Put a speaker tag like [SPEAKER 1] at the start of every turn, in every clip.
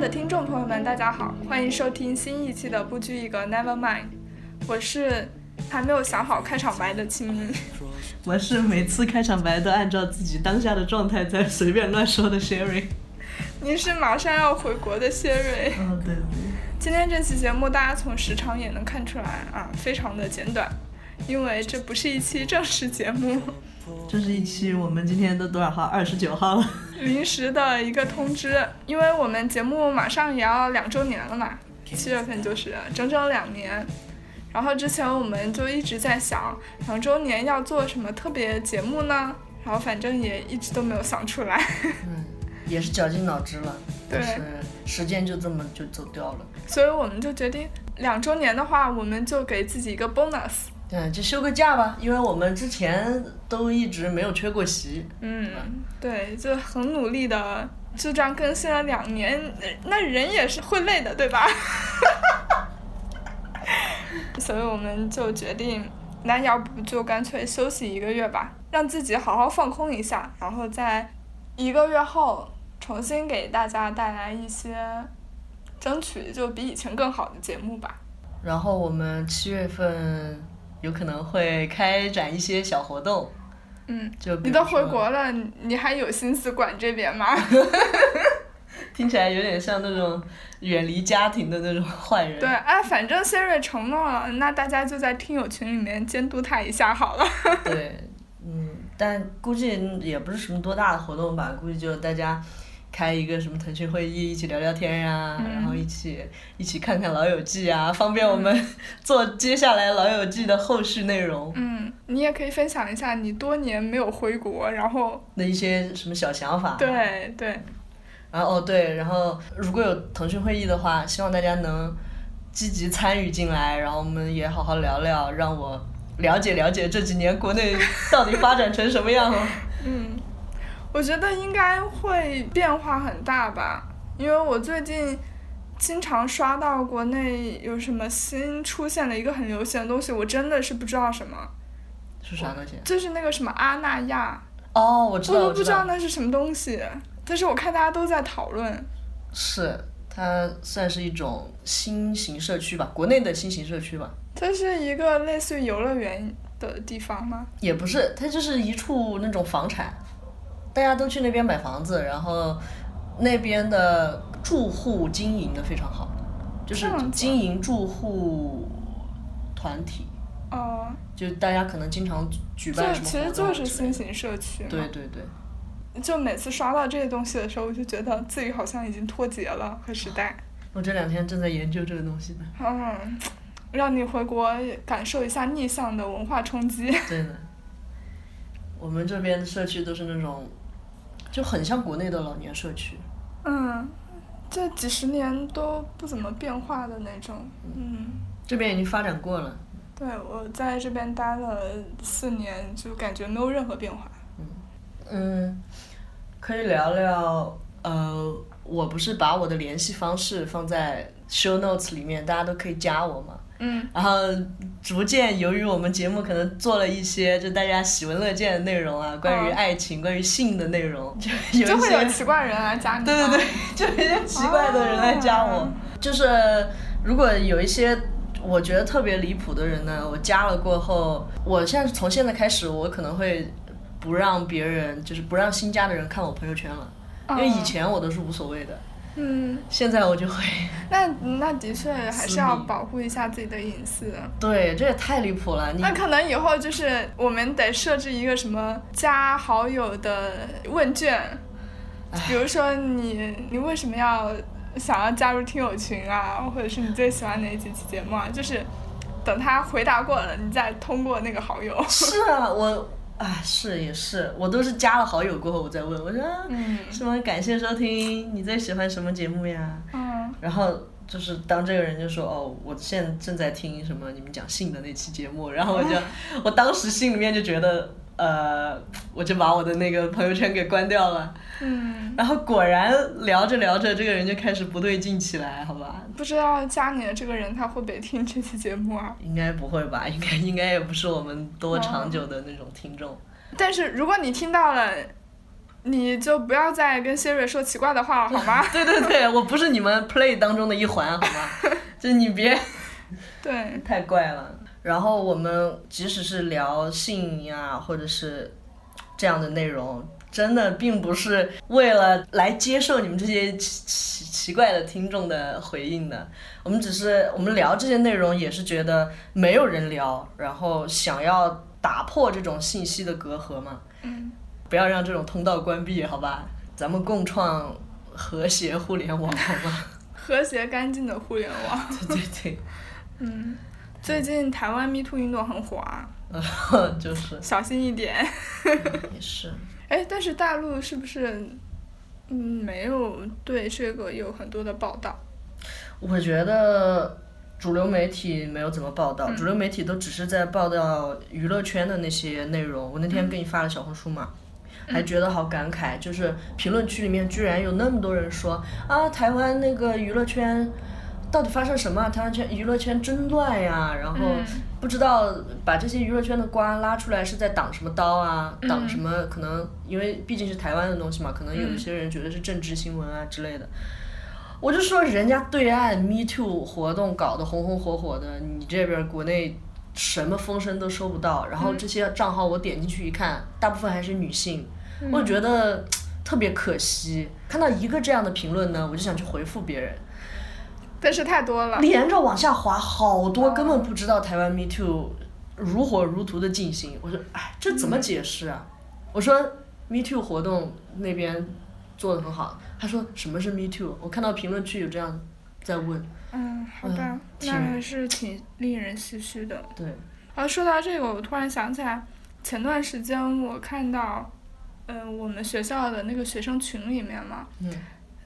[SPEAKER 1] 的听众朋友们，大家好，欢迎收听新一期的《不拘一格 Never Mind》，我是还没有想好开场白的清 明。
[SPEAKER 2] 我是每次开场白都按照自己当下的状态在随便乱说的 Sherry。
[SPEAKER 1] 你是马上要回国的谢瑞。
[SPEAKER 2] 嗯、对对，
[SPEAKER 1] 今天这期节目，大家从时长也能看出来啊，非常的简短，因为这不是一期正式节目，
[SPEAKER 2] 这是一期我们今天都多少号？二十九 号了。
[SPEAKER 1] 临时的一个通知，因为我们节目马上也要两周年了嘛，七月份就是整整两年。然后之前我们就一直在想，两周年要做什么特别节目呢？然后反正也一直都没有想出来。
[SPEAKER 3] 嗯，也是绞尽脑汁了，
[SPEAKER 1] 对
[SPEAKER 3] 但是时间就这么就走掉了。
[SPEAKER 1] 所以我们就决定两周年的话，我们就给自己一个 bonus。
[SPEAKER 3] 嗯，就休个假吧，因为我们之前都一直没有缺过席。
[SPEAKER 1] 嗯，对，就很努力的，就这样更新了两年，呃那人也是会累的，对吧？ 所以我们就决定，那要不就干脆休息一个月吧，让自己好好放空一下，然后在一个月后重新给大家带来一些争取就比以前更好的节目吧。
[SPEAKER 3] 然后我们七月份有可能会开展一些小活动，
[SPEAKER 1] 嗯，
[SPEAKER 3] 就呃
[SPEAKER 1] 你
[SPEAKER 3] 比如
[SPEAKER 1] 都回
[SPEAKER 3] 说
[SPEAKER 1] 国了，你你还有心思管这边吗？
[SPEAKER 3] 听起来有点像那种远离家庭的那种 坏人。
[SPEAKER 1] 对，哎，反正 Siri 承诺了，那大家就在听友群里面监督他一下好了。
[SPEAKER 3] 对，嗯，但估计也不是什么多大的活动吧，估计就大家开一个什么腾讯会议，一起聊聊天呀、
[SPEAKER 1] 嗯
[SPEAKER 3] 然后一起一起看看《老友记》啊，方便我们 做接下来《老友记》的后续内容
[SPEAKER 1] 嗯，你也可以分享一下你多年没有回国，然后
[SPEAKER 3] 的一些什么小想法。。
[SPEAKER 1] 对对，
[SPEAKER 3] 然后哦对，然后如果有腾讯会议的话，希望大家能积极参与进来，然后我们也好好聊聊，让我了解了解这几年国内到底发展成什么样 了。
[SPEAKER 1] 嗯，我觉得应该会变化很大吧，因为我最近经常刷到国内有什么新出现了一个很流行的东西，我真的是不知道什么，
[SPEAKER 3] 是啥东西？
[SPEAKER 1] 就是那个什么阿那亚，
[SPEAKER 3] 哦，我知
[SPEAKER 1] 我
[SPEAKER 3] 道，
[SPEAKER 1] 都
[SPEAKER 3] 知
[SPEAKER 1] 不知
[SPEAKER 3] 道
[SPEAKER 1] 道。那是什么东西，但是我看大家都在讨论，
[SPEAKER 3] 是，它算是一种新型社区吧，国内的新型社区吧，
[SPEAKER 1] 它是一个类似于游乐园的地方吗？
[SPEAKER 3] 也不是，它就是一处那种房产，大家都去那边买房子，然后那边的住户经营的非常好，就是
[SPEAKER 1] 这样子啊
[SPEAKER 3] 经营住户团体，
[SPEAKER 1] 哦、
[SPEAKER 3] 就大家可能经常举
[SPEAKER 1] 就
[SPEAKER 3] 办什么
[SPEAKER 1] 其实
[SPEAKER 3] 活
[SPEAKER 1] 就
[SPEAKER 3] 动啊
[SPEAKER 1] 是
[SPEAKER 3] 之类
[SPEAKER 1] 新
[SPEAKER 3] 的
[SPEAKER 1] 型社区嘛。
[SPEAKER 3] 对对对，
[SPEAKER 1] 就每次刷到这些东西的时候，我就觉得自己好像已经脱节了和时代。
[SPEAKER 3] 我这两天正在研究这个东西呢，
[SPEAKER 1] 嗯，让你回国感受一下逆向的文化冲击。
[SPEAKER 3] 对的。我们这边的社区都是那种，就很像国内的老年社区，
[SPEAKER 1] 嗯，这几十年都不怎么变化的那种。嗯，
[SPEAKER 3] 这边已经发展过了。
[SPEAKER 1] 对我在这边待了四年，就感觉没有任何变化。
[SPEAKER 3] 嗯，可以聊聊。呃，我不是把我的联系方式放在 show notes 里面，大家都可以加我嘛。
[SPEAKER 1] 嗯，
[SPEAKER 3] 然后逐渐，由于我们节目可能做了一些就大家喜闻乐见的内容啊，关于
[SPEAKER 1] 嗯
[SPEAKER 3] 爱情、关于性的内容，就 有
[SPEAKER 1] 就
[SPEAKER 3] 一
[SPEAKER 1] 会有
[SPEAKER 3] 些
[SPEAKER 1] 奇怪人啊来加你。
[SPEAKER 3] 对对对， 就有一些奇怪的人来加我
[SPEAKER 1] 啊。
[SPEAKER 3] 哦就是如果有一些我觉得特别离谱的人呢，我加了过后，我现在从现在开始，我可能会不让别人，就是不让新加的人看我朋友圈了，因为以前我都是无所谓的，
[SPEAKER 1] 嗯，
[SPEAKER 3] 现在我就会。
[SPEAKER 1] 那那的确还是
[SPEAKER 3] 私
[SPEAKER 1] 要
[SPEAKER 3] 密
[SPEAKER 1] 保护一下自己的隐私。啊
[SPEAKER 3] 对，这也太离谱了！你
[SPEAKER 1] 那可能以后就是我们得设置一个什么加好友的问卷，比如说你你为什么要想要加入听友群啊，或者是你最喜欢哪几期节目啊？就是等他回答过了，你再通过那个好友。
[SPEAKER 3] 是啊，我啊是也是，我都是加了好友过后我再问，我说、啊
[SPEAKER 1] 嗯
[SPEAKER 3] 什么感谢收听，你最喜欢什么节目呀？
[SPEAKER 1] 嗯
[SPEAKER 3] 然后就是当这个人就说哦，我现在正在听什么你们讲性的那期节目，然后我就，我当时心里面就觉得，呃，我就把我的那个朋友圈给关掉了。
[SPEAKER 1] 嗯，
[SPEAKER 3] 然后果然聊着聊着，这个人就开始不对劲起来，好吧？
[SPEAKER 1] 不知道加你的这个人他会不会听这期节目啊？
[SPEAKER 3] 应该不会吧？应该应该也不是我们多长久的那种听众。
[SPEAKER 1] 但是如果你听到了，你就不要再跟 Siri 说奇怪的话了，好吗？
[SPEAKER 3] 对对对，我不是你们 play 当中的一环，好吗？就是你别
[SPEAKER 1] 对，
[SPEAKER 3] 太怪了。然后我们即使是聊性啊，或者是这样的内容，真的并不是为了来接受你们这些奇奇奇怪的听众的回应的。我们只是我们聊这些内容，也是觉得没有人聊，然后想要打破这种信息的隔阂嘛。
[SPEAKER 1] 嗯，
[SPEAKER 3] 不要让这种通道关闭，好吧？咱们共创和谐互联网，好吗？
[SPEAKER 1] 和谐干净的互联网。
[SPEAKER 3] 对对对。
[SPEAKER 1] 嗯，最近台湾 Me Too 运动很火啊，
[SPEAKER 3] 呃， 就是
[SPEAKER 1] 小心一点。
[SPEAKER 3] 也是，
[SPEAKER 1] 哎，但是大陆是不是嗯没有对这个有很多的报道？
[SPEAKER 3] 我觉得主流媒体没有怎么报道，
[SPEAKER 1] 嗯
[SPEAKER 3] 主流媒体都只是在报道娱乐圈的那些内容。我那天给你发了小红书嘛。
[SPEAKER 1] 嗯
[SPEAKER 3] 还觉得好感慨，就是评论区里面居然有那么多人说啊，台湾那个娱乐圈到底发生什么啊？台湾圈娱乐圈真乱呀！然后
[SPEAKER 1] 嗯
[SPEAKER 3] 不知道把这些娱乐圈的瓜拉出来是在挡什么刀啊，
[SPEAKER 1] 嗯
[SPEAKER 3] 挡什么？可能因为毕竟是台湾的东西嘛，可能有
[SPEAKER 1] 嗯
[SPEAKER 3] 一些人觉得是政治新闻啊之类的。我就说人家对岸 Me Too 活动搞得红红火火的，你这边国内什么风声都收不到。然后这些账号我点进去一看，大部分还是女性，我觉得特别可惜。看到一个这样的评论呢，我就想去回复别人，
[SPEAKER 1] 但是太多了。
[SPEAKER 3] 连着往下滑好多，
[SPEAKER 1] 哦
[SPEAKER 3] 根本不知道台湾 Me Too 如火如荼的进行。我说，哎，这怎么解释啊？我说 Me Too 活动那边做的很好，他说什么是 Me Too？我看到评论区有这样在问，
[SPEAKER 1] 嗯，好吧，
[SPEAKER 3] 嗯挺
[SPEAKER 1] 那还是挺令人唏嘘的。
[SPEAKER 3] 对，
[SPEAKER 1] 啊，说到这个，我突然想起来，前段时间我看到，嗯、我们学校的那个学生群里面嘛，呃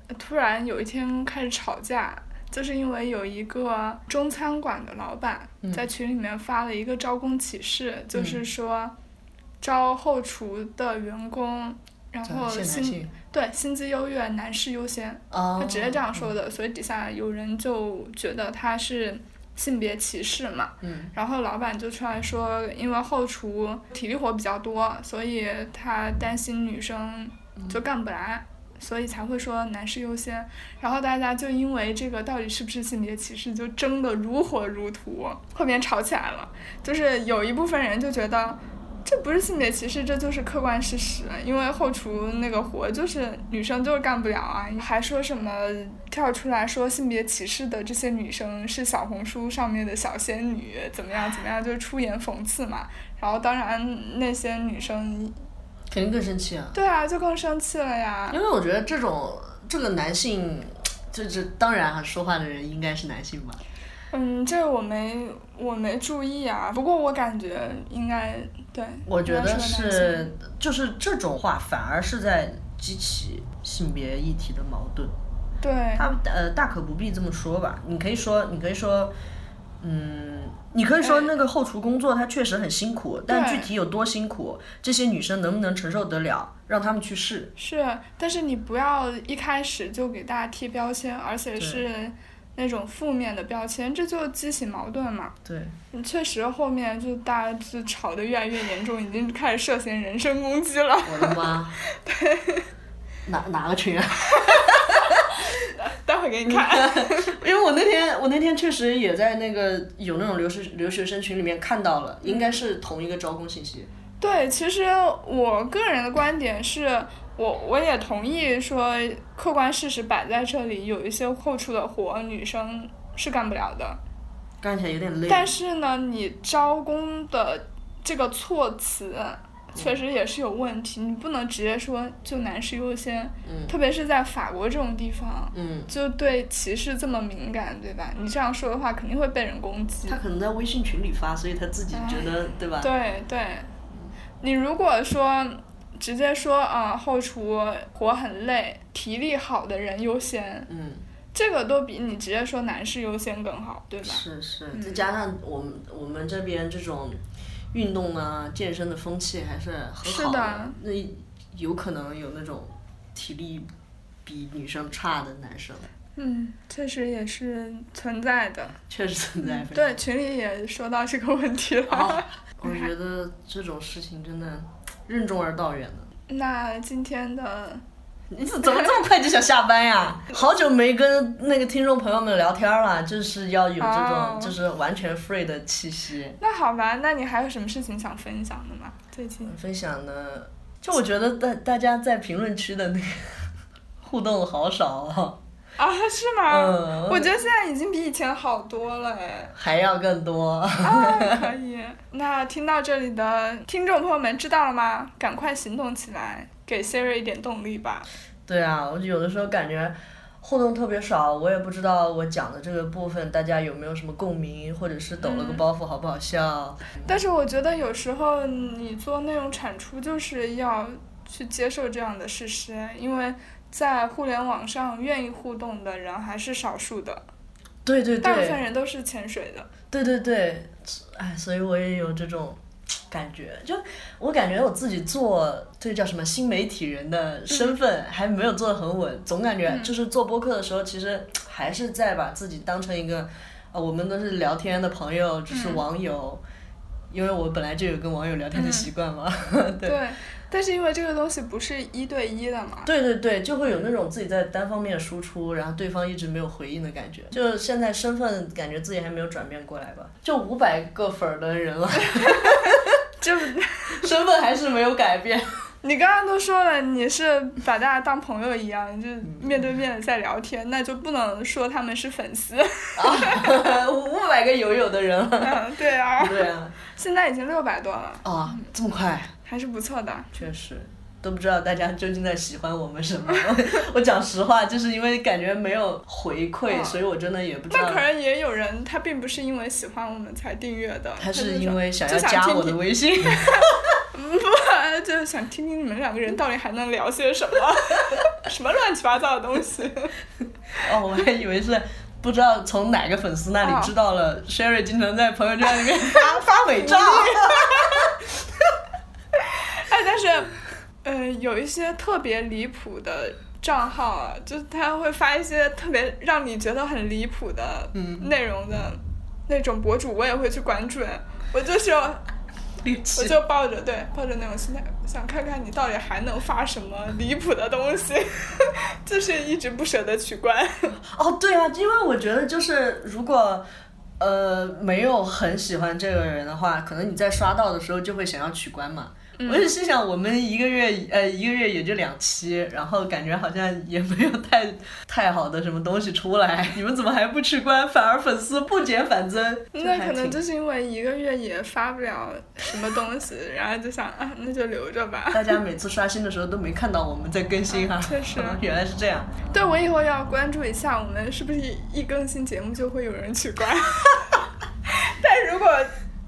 [SPEAKER 3] 嗯
[SPEAKER 1] 突然有一天开始吵架，就是因为有一个中餐馆的老板
[SPEAKER 3] 嗯
[SPEAKER 1] 在群里面发了一个招工启事，就是说招后厨的员工，然后
[SPEAKER 3] 现男
[SPEAKER 1] 薪
[SPEAKER 3] 性
[SPEAKER 1] 对薪资优越，男士优先，
[SPEAKER 3] 啊
[SPEAKER 1] 他直接这样说的，所以底下有人就觉得他是性别歧视嘛。
[SPEAKER 3] 嗯
[SPEAKER 1] 然后老板就出来说，因为后厨体力活比较多，所以他担心女生就干不来，所以才会说男士优先。然后大家就因为这个到底是不是性别歧视，就争得如火如荼，后面吵起来了。就是有一部分人就觉得。这不是性别歧视，这就是客观事实。因为后厨那个活就是女生就是干不了啊，还说什么跳出来说性别歧视的这些女生是小红书上面的小仙女，怎么样怎么样，就是出言讽刺嘛。然后当然那些女生，
[SPEAKER 3] 肯定更生气啊。
[SPEAKER 1] 对啊，就更生气了呀。
[SPEAKER 3] 因为我觉得这种这个男性，就这当然啊，说话的人应该是男性吧。
[SPEAKER 1] 嗯，这我没我没注意啊，不过我感觉应该对。
[SPEAKER 3] 我觉
[SPEAKER 1] 应
[SPEAKER 3] 得
[SPEAKER 1] 该是个男性
[SPEAKER 3] 是，就是这种话反而是在激起性别议题的矛盾。
[SPEAKER 1] 对，
[SPEAKER 3] 他呃大可不必这么说吧，你可以说，你可以说，嗯，你可以说
[SPEAKER 1] 哎
[SPEAKER 3] 那个后厨工作它确实很辛苦，但
[SPEAKER 1] 对
[SPEAKER 3] 具体有多辛苦，这些女生能不能承受得了，让他们去试。
[SPEAKER 1] 是，但是你不要一开始就给大家贴标签，而且
[SPEAKER 3] 对
[SPEAKER 1] 是那种负面的标签，这就激起矛盾嘛。
[SPEAKER 3] 对，
[SPEAKER 1] 嗯确实，后面就大家就吵得越来越严重，已经开始涉嫌人身攻击了。
[SPEAKER 3] 我的 妈！哪哪个群啊？
[SPEAKER 1] 待会给你看。
[SPEAKER 3] 因为我那天我那天确实也在那个有那种留学留学生群里面看到了，应该是同一个招工信息。
[SPEAKER 1] 对，其实我个人的观点是，我我也同意说，客观事实摆在这里，有一些后厨的活女生是干不了的。
[SPEAKER 3] 干起来有点累，
[SPEAKER 1] 但是呢，你招工的这个措辞确
[SPEAKER 3] 嗯
[SPEAKER 1] 实也是有问题，你不能直接说就男士优先，
[SPEAKER 3] 嗯
[SPEAKER 1] 特别是在法国这种地方，
[SPEAKER 3] 嗯，
[SPEAKER 1] 就对歧视这么敏感，对吧？你这样说的话，肯定会被人攻击
[SPEAKER 3] 他。可能在微信群里发，所以他自己觉得、对吧？
[SPEAKER 1] 哎对对，
[SPEAKER 3] 嗯
[SPEAKER 1] 你如果说直接说啊、后厨活很累，体力好的人优先，
[SPEAKER 3] 嗯，
[SPEAKER 1] 这个都比你直接说男士优先更好，对吧？嗯
[SPEAKER 3] 是是，再加上我们我们这边这种运动啊、健身的风气还是很好
[SPEAKER 1] 是
[SPEAKER 3] 那有可能有那种体力比女生差的男生，
[SPEAKER 1] 嗯，确实也是存在的。
[SPEAKER 3] 确实存在。
[SPEAKER 1] 嗯
[SPEAKER 3] 哦
[SPEAKER 1] 对，群里也说到这个问题了。
[SPEAKER 3] 我觉得这种事情真的任重而道远 的。
[SPEAKER 1] 那今天的
[SPEAKER 3] 你怎怎么这么快就想下班 呀？好久没跟那个听众朋友们聊天了，就是要有这种、
[SPEAKER 1] 哦
[SPEAKER 3] 就是完全 free 的气息。
[SPEAKER 1] 那好吧，那你还有什么事情想分享的吗？最近
[SPEAKER 3] 分享呢，就我觉得大大家在评论区的那个互动好少啊，
[SPEAKER 1] 啊，是吗？
[SPEAKER 3] 嗯
[SPEAKER 1] 我觉得现在已经比以前好多了哎。
[SPEAKER 3] 还要更多。
[SPEAKER 1] 啊，可以。那听到这里的听众朋友们知道了吗？赶快行动起来，给 Siri 一点动力吧。
[SPEAKER 3] 对啊，我有的时候感觉互动特别少，我也不知道我讲的这个部分大家有没有什么共鸣，或者是抖了个
[SPEAKER 1] 嗯
[SPEAKER 3] 包袱好不好笑。
[SPEAKER 1] 但是我觉得有时候你做内容产出就是要去接受这样的事实，因为在互联网上愿意互动的人还是少数的，
[SPEAKER 3] 对对
[SPEAKER 1] 大部分
[SPEAKER 3] 对，
[SPEAKER 1] 人都是潜水的。
[SPEAKER 3] 对对对，哎，所以我也有这种。感觉就我感觉我自己做这个叫什么新媒体人的身份还没有做得很稳，总感觉就是做播客的时候，其实还是在把自己当成一个，呃，我们都是聊天的朋友，只是
[SPEAKER 1] 嗯
[SPEAKER 3] 网友，因为我本来就有跟网友聊天的习惯嘛， 对
[SPEAKER 1] 对，但是因为这个东西不是一对一的 嘛，
[SPEAKER 3] 对对对，就会有那种自己在单方面输出，然后对方一直没有回应的感觉。就现在身份感觉自己还没有转变过来吧，就五百个粉儿的人了，
[SPEAKER 1] 就
[SPEAKER 3] 身份还是没有改变。
[SPEAKER 1] 你刚刚都说了，你是把大家当朋友一样，就是面对面的在聊天，那就不能说他们是粉 丝。
[SPEAKER 3] 啊，五百个友友的人了。
[SPEAKER 1] 嗯，对啊，
[SPEAKER 3] 对 啊，
[SPEAKER 1] 现在已经六百多了，
[SPEAKER 3] 啊，这么快，
[SPEAKER 1] 还是不错的。
[SPEAKER 3] 确实。都不知道大家究竟在喜欢我们什 么。我讲实话，就是因为感觉没有回馈，
[SPEAKER 1] 嗯
[SPEAKER 3] 啊所以我真的也不知
[SPEAKER 1] 那
[SPEAKER 3] 道
[SPEAKER 1] 可，能也有人他并不是因为喜欢我们才订阅的，
[SPEAKER 3] 他
[SPEAKER 1] 就是
[SPEAKER 3] 因为想
[SPEAKER 1] 就
[SPEAKER 3] 要
[SPEAKER 1] 想
[SPEAKER 3] 加
[SPEAKER 1] 听
[SPEAKER 3] 我的
[SPEAKER 1] 听，
[SPEAKER 3] 微信。
[SPEAKER 1] 不，就是想听听你 们两个人到底还能聊些 什么，什么乱七八糟的东西。
[SPEAKER 3] 哦，我还以为是不知道从哪个粉丝那
[SPEAKER 1] 哦
[SPEAKER 3] 里知道了，Sherry 经常在朋友圈里 面发发伪照。
[SPEAKER 1] 哎，但是，呃，有一些特别离谱的账号啊，就是他会发一些特别让你觉得很离谱的
[SPEAKER 3] 嗯
[SPEAKER 1] 内容的那种博主，我也会去关注。哎我就是我
[SPEAKER 3] 绿旗
[SPEAKER 1] 就抱着对抱着那种心态，想看看你到底还能发什么离谱的东西， 就是一直不舍得取关。
[SPEAKER 3] 哦，对啊，因为我觉得就是如果呃没有很喜欢这个人的话，可能你在刷到的时候就会想要取关嘛。
[SPEAKER 1] 嗯
[SPEAKER 3] 我就心想，我们一个月呃一个月也就两期，然后感觉好像也没有太太好的什么东西出来，你们怎么还不取关，反而粉丝不减反增？就
[SPEAKER 1] 那
[SPEAKER 3] 还
[SPEAKER 1] 可能
[SPEAKER 3] 挺
[SPEAKER 1] 就是因为一个月也发不了什么东西，然后就想啊，那就留着吧。
[SPEAKER 3] 大家每次刷新的时候都没看到我们在更新哈、
[SPEAKER 1] 啊确实
[SPEAKER 3] 原来是这样。
[SPEAKER 1] 对，我以后要关注一下，我们是不是一更新节目就会有人取关？ 但如果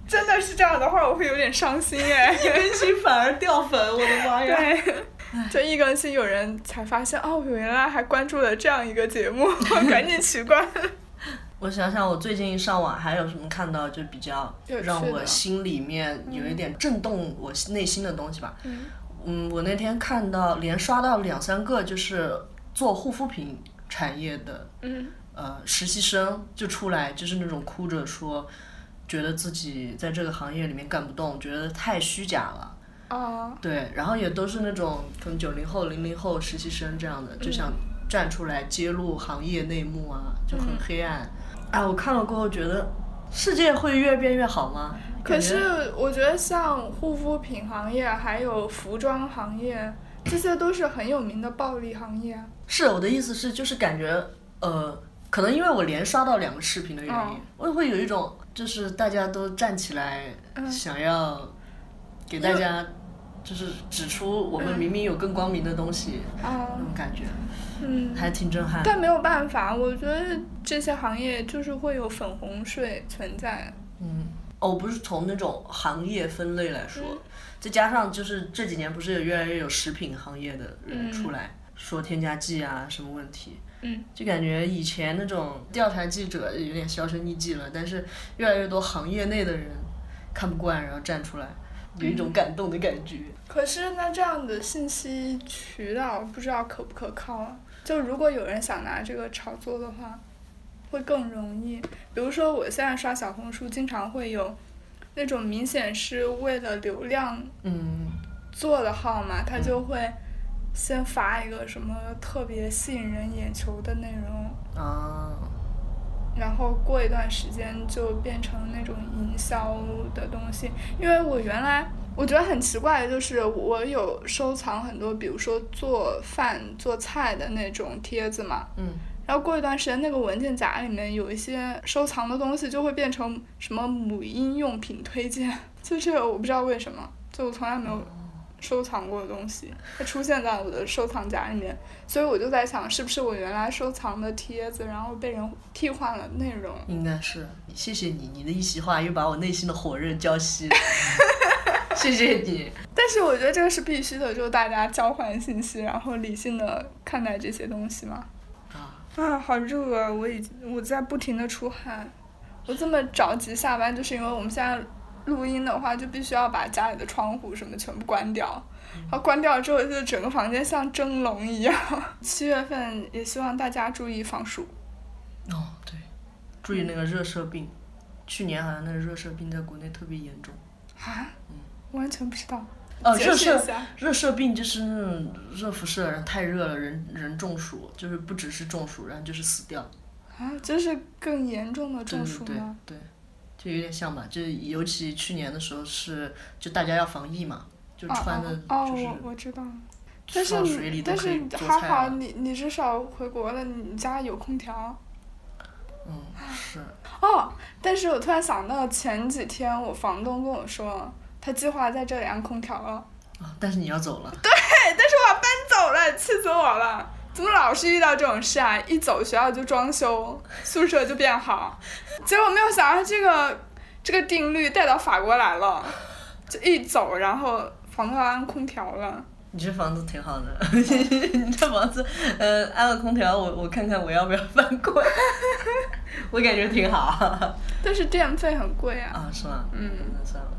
[SPEAKER 1] 真的是这样的话，我会有点伤心哎。
[SPEAKER 3] 更新反而掉粉，我的妈呀！
[SPEAKER 1] 对，就一更新有人才发现哦，原来还关注了这样一个节目， 赶紧取关。
[SPEAKER 3] 我想想，我最近上网还有什么看到就比较
[SPEAKER 1] 有趣的嗯
[SPEAKER 3] 让我心里面有一点震动我内心的东西吧。嗯我那天看到连刷到两三个，就是做护肤品产业的
[SPEAKER 1] 嗯，
[SPEAKER 3] 呃实习生就出来，就是那种哭着说，觉得自己在这个行业里面干不动，觉得太虚假了。
[SPEAKER 1] 哦，
[SPEAKER 3] 对，然后也都是那种可能九零后、零零后实习生这样的，
[SPEAKER 1] 嗯
[SPEAKER 3] 就想站出来揭露行业内幕啊，就
[SPEAKER 1] 嗯
[SPEAKER 3] 很黑暗。哎，我看了过后觉得，世界会越变越好吗？
[SPEAKER 1] 可
[SPEAKER 3] 感觉
[SPEAKER 1] 是我觉得像护肤品行业还有服装行业，这些都是很有名的暴利行业啊。
[SPEAKER 3] 是我的意思是，就是感觉呃，可能因为我连刷到两个视频的原因，
[SPEAKER 1] 嗯
[SPEAKER 3] 我会有一种就是大家都站起来，
[SPEAKER 1] 嗯
[SPEAKER 3] 想要给大家就是指出我
[SPEAKER 1] 嗯
[SPEAKER 3] 们明明有更光明的东西，那
[SPEAKER 1] 啊，
[SPEAKER 3] 种感觉
[SPEAKER 1] 嗯。
[SPEAKER 3] 还挺震撼的。
[SPEAKER 1] 但没有办法，我觉得这些行业就是会有粉红税存在。
[SPEAKER 3] 哦，不是从那种行业分类来说，再加上就是这几年不是有越来越有食品行业的人出来、说添加剂啊什么问题，
[SPEAKER 1] 嗯，
[SPEAKER 3] 就感觉以前那种调查记者有点销声匿迹了，但是越来越多行业内的人看不惯，然后站出来，有一种感动的感觉。
[SPEAKER 1] 可是那这样的信息渠道不知道可不可靠啊？就如果有人想拿这个炒作的话，会更容易。比如说我现在刷小红书，经常会有那种明显是为了流量
[SPEAKER 3] 嗯，
[SPEAKER 1] 做的号嘛，他就会先发一个什么特别吸引人眼球的内容，
[SPEAKER 3] 啊，
[SPEAKER 1] 然后过一段时间就变成那种营销的东西。因为我原来我觉得很奇怪，就是我有收藏很多，比如说做饭做菜的那种贴子嘛，
[SPEAKER 3] 嗯，
[SPEAKER 1] 然后过一段时间，那个文件夹里面有一些收藏的东西，就会变成什么母婴用品推荐，就这个我不知道为什么，就我从来没有收藏过的东西，它出现在我的收藏夹里面，所以我就在想，是不是我原来收藏的帖子，然后被人替换了内容？
[SPEAKER 3] 应该是。谢谢你，你的一席话又把我内心的火热浇熄了。 谢谢你。
[SPEAKER 1] 但是我觉得这个是必须的，就是大家交换信息，然后理性的看待这些东西嘛。
[SPEAKER 3] 啊，
[SPEAKER 1] 啊，好热啊！我已经我在不停的出汗。我这么着急下班，就是因为我们现在录音的话，就必须要把家里的窗户什么全部关掉。然后关掉之后，就整个房间像蒸笼一 样。七月份也希望大家注意防暑。
[SPEAKER 3] 哦，对，注意那个热射病，去年好像那个热射病在国内特别严重。
[SPEAKER 1] 啊？完全不知道。
[SPEAKER 3] 哦，
[SPEAKER 1] 解
[SPEAKER 3] 热
[SPEAKER 1] 释一
[SPEAKER 3] 射
[SPEAKER 1] 下
[SPEAKER 3] 热射病就是那种热辐射，然后太热了，人人中暑，就是不只是中暑，然后就是死掉。
[SPEAKER 1] 啊，这是更严重的哦中
[SPEAKER 3] 对
[SPEAKER 1] 暑
[SPEAKER 3] 对
[SPEAKER 1] 吗？
[SPEAKER 3] 对，就有点像吧，就尤其去年的时候是，就大家要防疫嘛，就
[SPEAKER 1] 哦
[SPEAKER 3] 穿的
[SPEAKER 1] 哦哦，
[SPEAKER 3] 就是
[SPEAKER 1] 我我知道。但是
[SPEAKER 3] 放
[SPEAKER 1] 你
[SPEAKER 3] 水里都
[SPEAKER 1] 但
[SPEAKER 3] 可
[SPEAKER 1] 是
[SPEAKER 3] 以做
[SPEAKER 1] 还
[SPEAKER 3] 菜
[SPEAKER 1] 好
[SPEAKER 3] 了。
[SPEAKER 1] 你你至少回国了，你家有空调。
[SPEAKER 3] 嗯，是，
[SPEAKER 1] 哦，但是我突然想到，前几天我房东跟我说，他计划在这里安空调了。
[SPEAKER 3] 啊但是你要走了。
[SPEAKER 1] 哎，但是我要搬走了，气死我了！怎么老是遇到这种事啊？一走学校就装修，宿舍就变好，结果没有想到这个这个定律带到法国来了，就一走，然后房东要安空调了。
[SPEAKER 3] 你这房子挺好的， 你这房子，呃，安了空调，我我看看我要不要翻过来， 我感觉挺好。
[SPEAKER 1] 但是电费很贵啊。
[SPEAKER 3] 啊，是吗？
[SPEAKER 1] 嗯
[SPEAKER 3] 那算了。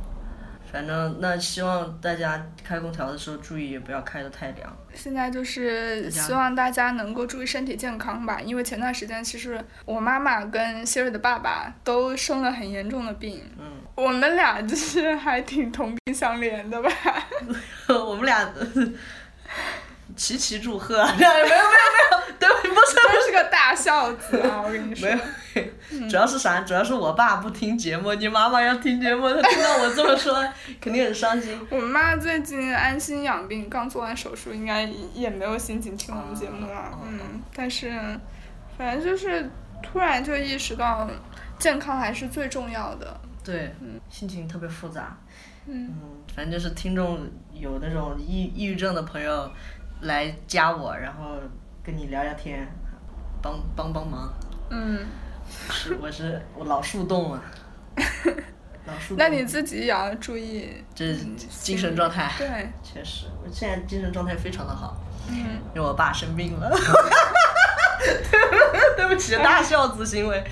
[SPEAKER 3] 反正那希望大家开空调的时候注意，不要开的太凉。
[SPEAKER 1] 现在就是
[SPEAKER 3] 家
[SPEAKER 1] 希望大家能够注意身体健康吧，因为前段时间其实我妈妈跟 Siri 的爸爸都生了很严重的病，
[SPEAKER 3] 嗯，
[SPEAKER 1] 我们俩就是还挺同病相怜 的吧。
[SPEAKER 3] 我们俩齐齐祝贺。啊 没有没有没有，对，不是
[SPEAKER 1] 真是个大孝子啊！我跟你说
[SPEAKER 3] 没，有， 主要是啥？主要是我爸不听节目，你妈妈要听节目，她听到我这么说，肯定很伤心。
[SPEAKER 1] 我妈最近安心养病，刚做完手术，应该也没有心情听我们节目了
[SPEAKER 3] 哦。哦
[SPEAKER 1] 嗯，但是反正就是突然就意识到，健康还是最重要的。
[SPEAKER 3] 对，心情特别复杂。
[SPEAKER 1] 嗯，
[SPEAKER 3] 嗯，反正就是听众有那种抑抑郁症的朋友来加我，然后跟你聊聊天，帮帮帮忙。
[SPEAKER 1] 嗯，
[SPEAKER 3] 是，我是我老树洞啊，老树洞。
[SPEAKER 1] 那你自己也要注意。
[SPEAKER 3] 这精神状态
[SPEAKER 1] 对，
[SPEAKER 3] 确实，我现在精神状态非常的好，
[SPEAKER 1] 嗯，
[SPEAKER 3] 因为我爸生病 了。对不起，大孝子行为，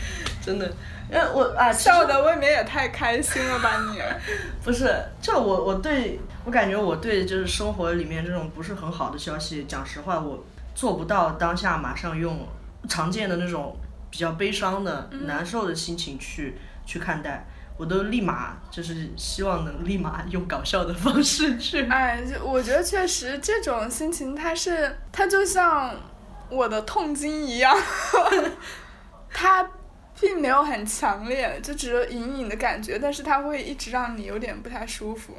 [SPEAKER 3] 真的。因为我啊，其实
[SPEAKER 1] 笑的未免也太开心了吧你？
[SPEAKER 3] 不是，就我我对我感觉我对就是生活里面这种不是很好的消息，讲实话我做不到当下马上用常见的那种比较悲伤的、难受的心情去去看待，我都立马就是希望能立马用搞笑的方式去。
[SPEAKER 1] 哎，就我觉得确实这种心情，它是它就像我的痛经一样，它并没有很强烈，就只有隐隐的感觉，但是它会一直让你有点不太舒服。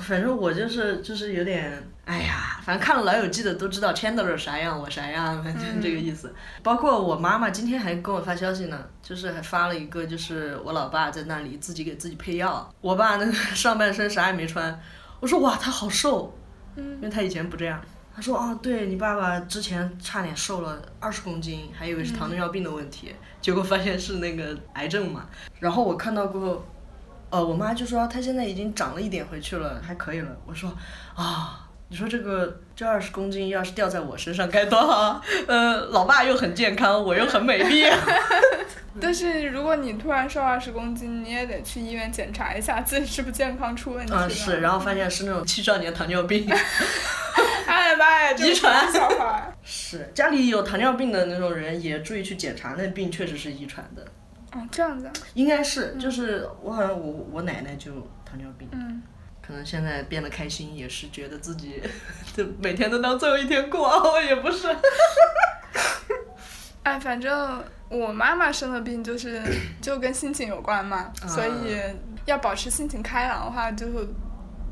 [SPEAKER 3] 反正我就是就是有点，哎呀，反正看了《老友记》的都知道 Chandler 啥样，我啥样，反正这个意思。 包括我妈妈今天还跟我发消息呢，就是还发了一个，就是我老爸在那里自己给自己配药，我爸那个 上半身啥也没穿，我说哇，他好瘦，因为他以前不这样。他说啊，对你爸爸之前差点瘦了二十公斤，还以为是糖尿病的问题，结果发现是那个癌症嘛。然后我看到过后，呃，我妈就说她现在已经长了一点回去了，还可以了。我说啊，你说这个这二十公斤要是掉在我身上该多好啊！呃，老爸又很健康，我又很美丽。
[SPEAKER 1] 但是如果你突然瘦二十公斤，你也得去医院检查一下自己是不是健康出问题了。
[SPEAKER 3] 啊，是，然后发现是那种青少年糖尿病。
[SPEAKER 1] 哎呀妈呀，这
[SPEAKER 3] 遗传
[SPEAKER 1] 小孩儿。
[SPEAKER 3] 是，家里有糖尿病的那种人也注意去检查，那病确实是遗传的，
[SPEAKER 1] 啊，这样子啊，
[SPEAKER 3] 应该是，就是我好像我我奶奶就糖尿病，
[SPEAKER 1] 嗯，
[SPEAKER 3] 可能现在变得开心，也是觉得自己 就每天都当最后一天过， 哦也不是。
[SPEAKER 1] 哎，反正我妈妈生的病就是 就跟心情有关嘛，所以要保持心情开朗的话，就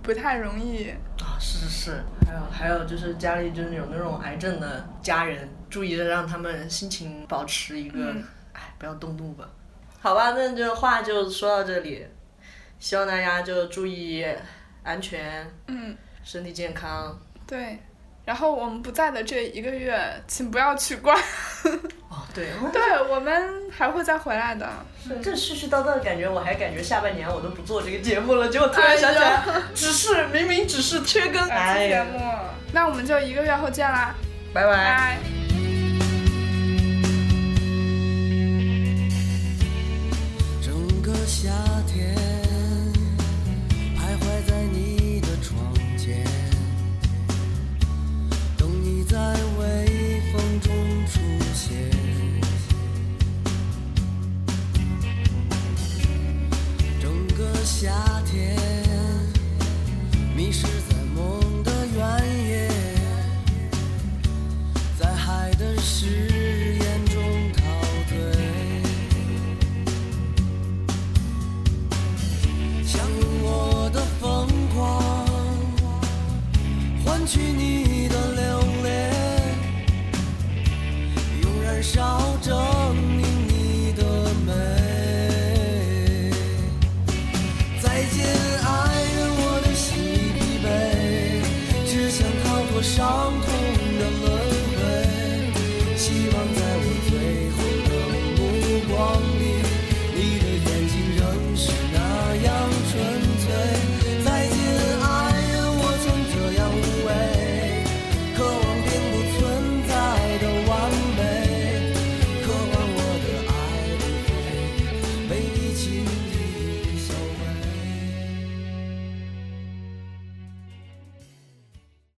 [SPEAKER 1] 不太容易。
[SPEAKER 3] 啊，是是是，还有还有就是家里就是有那种癌症的家人，注意着让他们心情保持一个
[SPEAKER 1] 嗯，
[SPEAKER 3] 哎、不要动怒吧。好吧，那就话就说到这里，希望大家就注意安全，
[SPEAKER 1] 嗯，
[SPEAKER 3] 身体健康。
[SPEAKER 1] 对。然后我们不在的这一个月，请不要取关。
[SPEAKER 3] 哦，对，
[SPEAKER 1] 对我们还会再回来的。
[SPEAKER 3] 是这絮絮叨叨的感觉，我还感觉下半年我都不做这个节目了，结果突然想起来，只是明明只是缺更，
[SPEAKER 1] 本期节目，那我们就一个月后见啦，
[SPEAKER 3] 拜拜。
[SPEAKER 1] 拜。
[SPEAKER 4] 整个夏天，徘徊在你的窗前，等你在微风中出现。整个夏天，迷失在梦的原野，在海的誓言中陶醉。想用我的疯狂换取你的留恋，用燃烧证明你的美。再见，爱人，我的心已疲惫，只想逃脱伤痛，